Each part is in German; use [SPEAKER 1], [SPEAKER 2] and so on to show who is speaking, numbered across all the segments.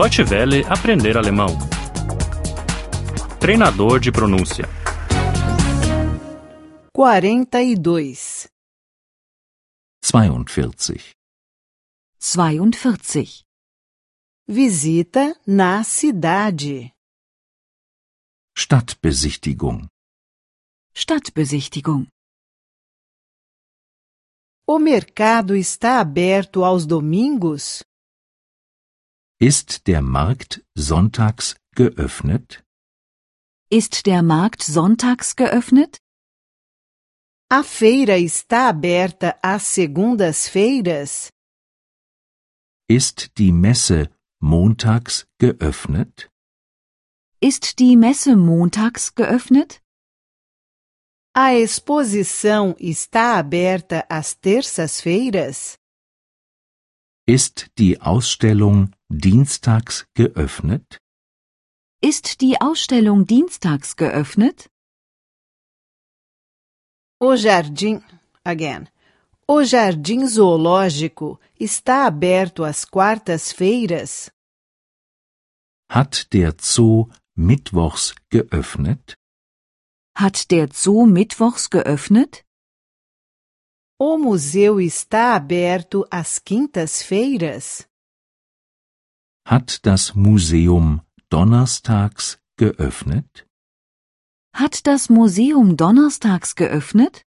[SPEAKER 1] Deutsche Welle aprender alemão. Treinador de pronúncia.
[SPEAKER 2] 42.
[SPEAKER 3] 42.
[SPEAKER 4] 42.
[SPEAKER 2] Visita na cidade.
[SPEAKER 3] Stadtbesichtigung.
[SPEAKER 4] Stadtbesichtigung.
[SPEAKER 2] O mercado está aberto aos domingos?
[SPEAKER 3] Ist der Markt sonntags geöffnet?
[SPEAKER 4] Ist der Markt sonntags geöffnet?
[SPEAKER 2] A feira está aberta às segundas-feiras?
[SPEAKER 3] Ist die Messe montags geöffnet?
[SPEAKER 4] Ist die Messe montags geöffnet?
[SPEAKER 2] A exposição está aberta às terças-feiras?
[SPEAKER 3] Ist die Ausstellung dienstags geöffnet?
[SPEAKER 4] Ist die Ausstellung dienstags geöffnet?
[SPEAKER 2] O jardim. Again. O jardim zoológico está aberto às quartas-feiras?
[SPEAKER 3] Hat der Zoo mittwochs geöffnet?
[SPEAKER 4] Hat der Zoo mittwochs geöffnet?
[SPEAKER 2] O museu está aberto às quintas-feiras?
[SPEAKER 3] Hat das Museum donnerstags geöffnet?
[SPEAKER 4] Hat das Museum donnerstags geöffnet?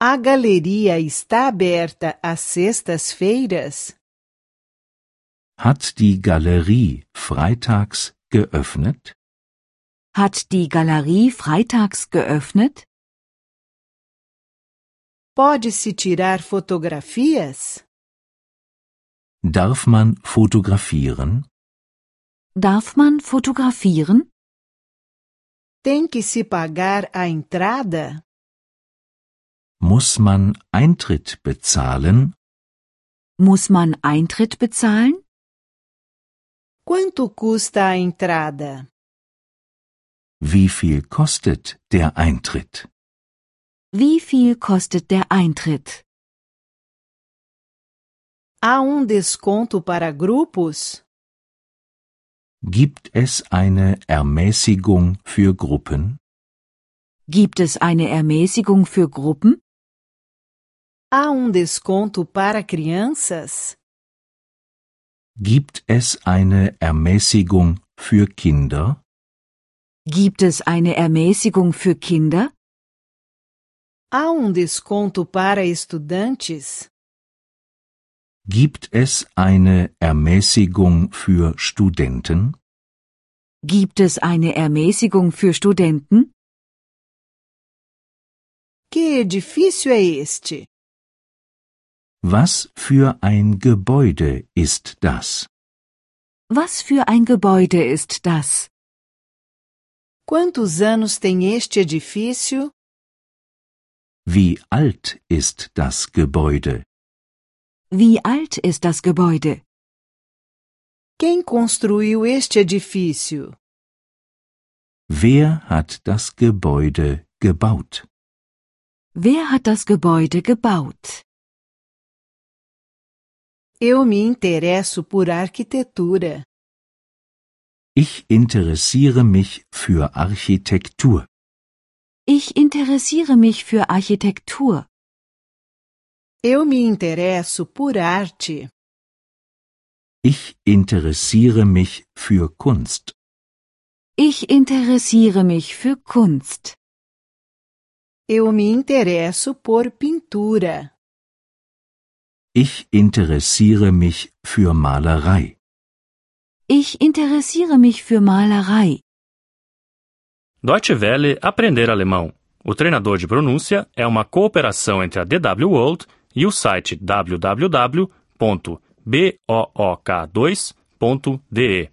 [SPEAKER 2] A galeria está aberta às sextas-feiras?
[SPEAKER 3] Hat die Galerie freitags geöffnet?
[SPEAKER 4] Hat die Galerie freitags geöffnet?
[SPEAKER 2] Pode-se tirar fotografias?
[SPEAKER 3] Darf man fotografieren?
[SPEAKER 4] Darf man fotografieren?
[SPEAKER 2] Tem que se pagar a entrada?
[SPEAKER 3] Muss man Eintritt bezahlen?
[SPEAKER 4] Muss man Eintritt bezahlen?
[SPEAKER 2] Quanto custa a entrada?
[SPEAKER 3] Wie viel kostet der Eintritt?
[SPEAKER 4] Wie viel kostet der Eintritt?
[SPEAKER 2] Há um desconto para grupos?
[SPEAKER 3] Gibt es eine Ermäßigung für Gruppen?
[SPEAKER 4] Gibt es eine Ermäßigung für Gruppen?
[SPEAKER 2] Há um desconto para crianças?
[SPEAKER 3] Gibt es eine Ermäßigung für Kinder?
[SPEAKER 4] Gibt es eine Ermäßigung für Kinder?
[SPEAKER 2] Há um desconto para estudantes?
[SPEAKER 3] Gibt es eine Ermäßigung für Studenten?
[SPEAKER 4] Gibt es eine Ermäßigung für Studenten?
[SPEAKER 2] Que edifício é este?
[SPEAKER 3] Was für ein Gebäude ist das?
[SPEAKER 4] Was für ein Gebäude ist das?
[SPEAKER 2] Quantos anos tem este edifício?
[SPEAKER 3] Wie alt ist das Gebäude?
[SPEAKER 4] Wie alt ist das Gebäude?
[SPEAKER 2] Quem construiu este edifício?
[SPEAKER 3] Wer hat das Gebäude gebaut?
[SPEAKER 4] Wer hat das Gebäude gebaut?
[SPEAKER 2] Eu me interesso por arquitetura.
[SPEAKER 3] Ich interessiere mich für Architektur.
[SPEAKER 4] Ich interessiere mich für Architektur.
[SPEAKER 2] Eu me interesso por arte.
[SPEAKER 3] Ich interessiere mich für Kunst.
[SPEAKER 4] Ich interessiere mich für Kunst.
[SPEAKER 2] Eu me interesso por pintura.
[SPEAKER 3] Ich interessiere mich für Malerei.
[SPEAKER 4] Ich interessiere mich für Malerei.
[SPEAKER 1] Deutsche Welle aprender alemão. O treinador de pronúncia é uma cooperação entre a DW World e o site www.book2.de.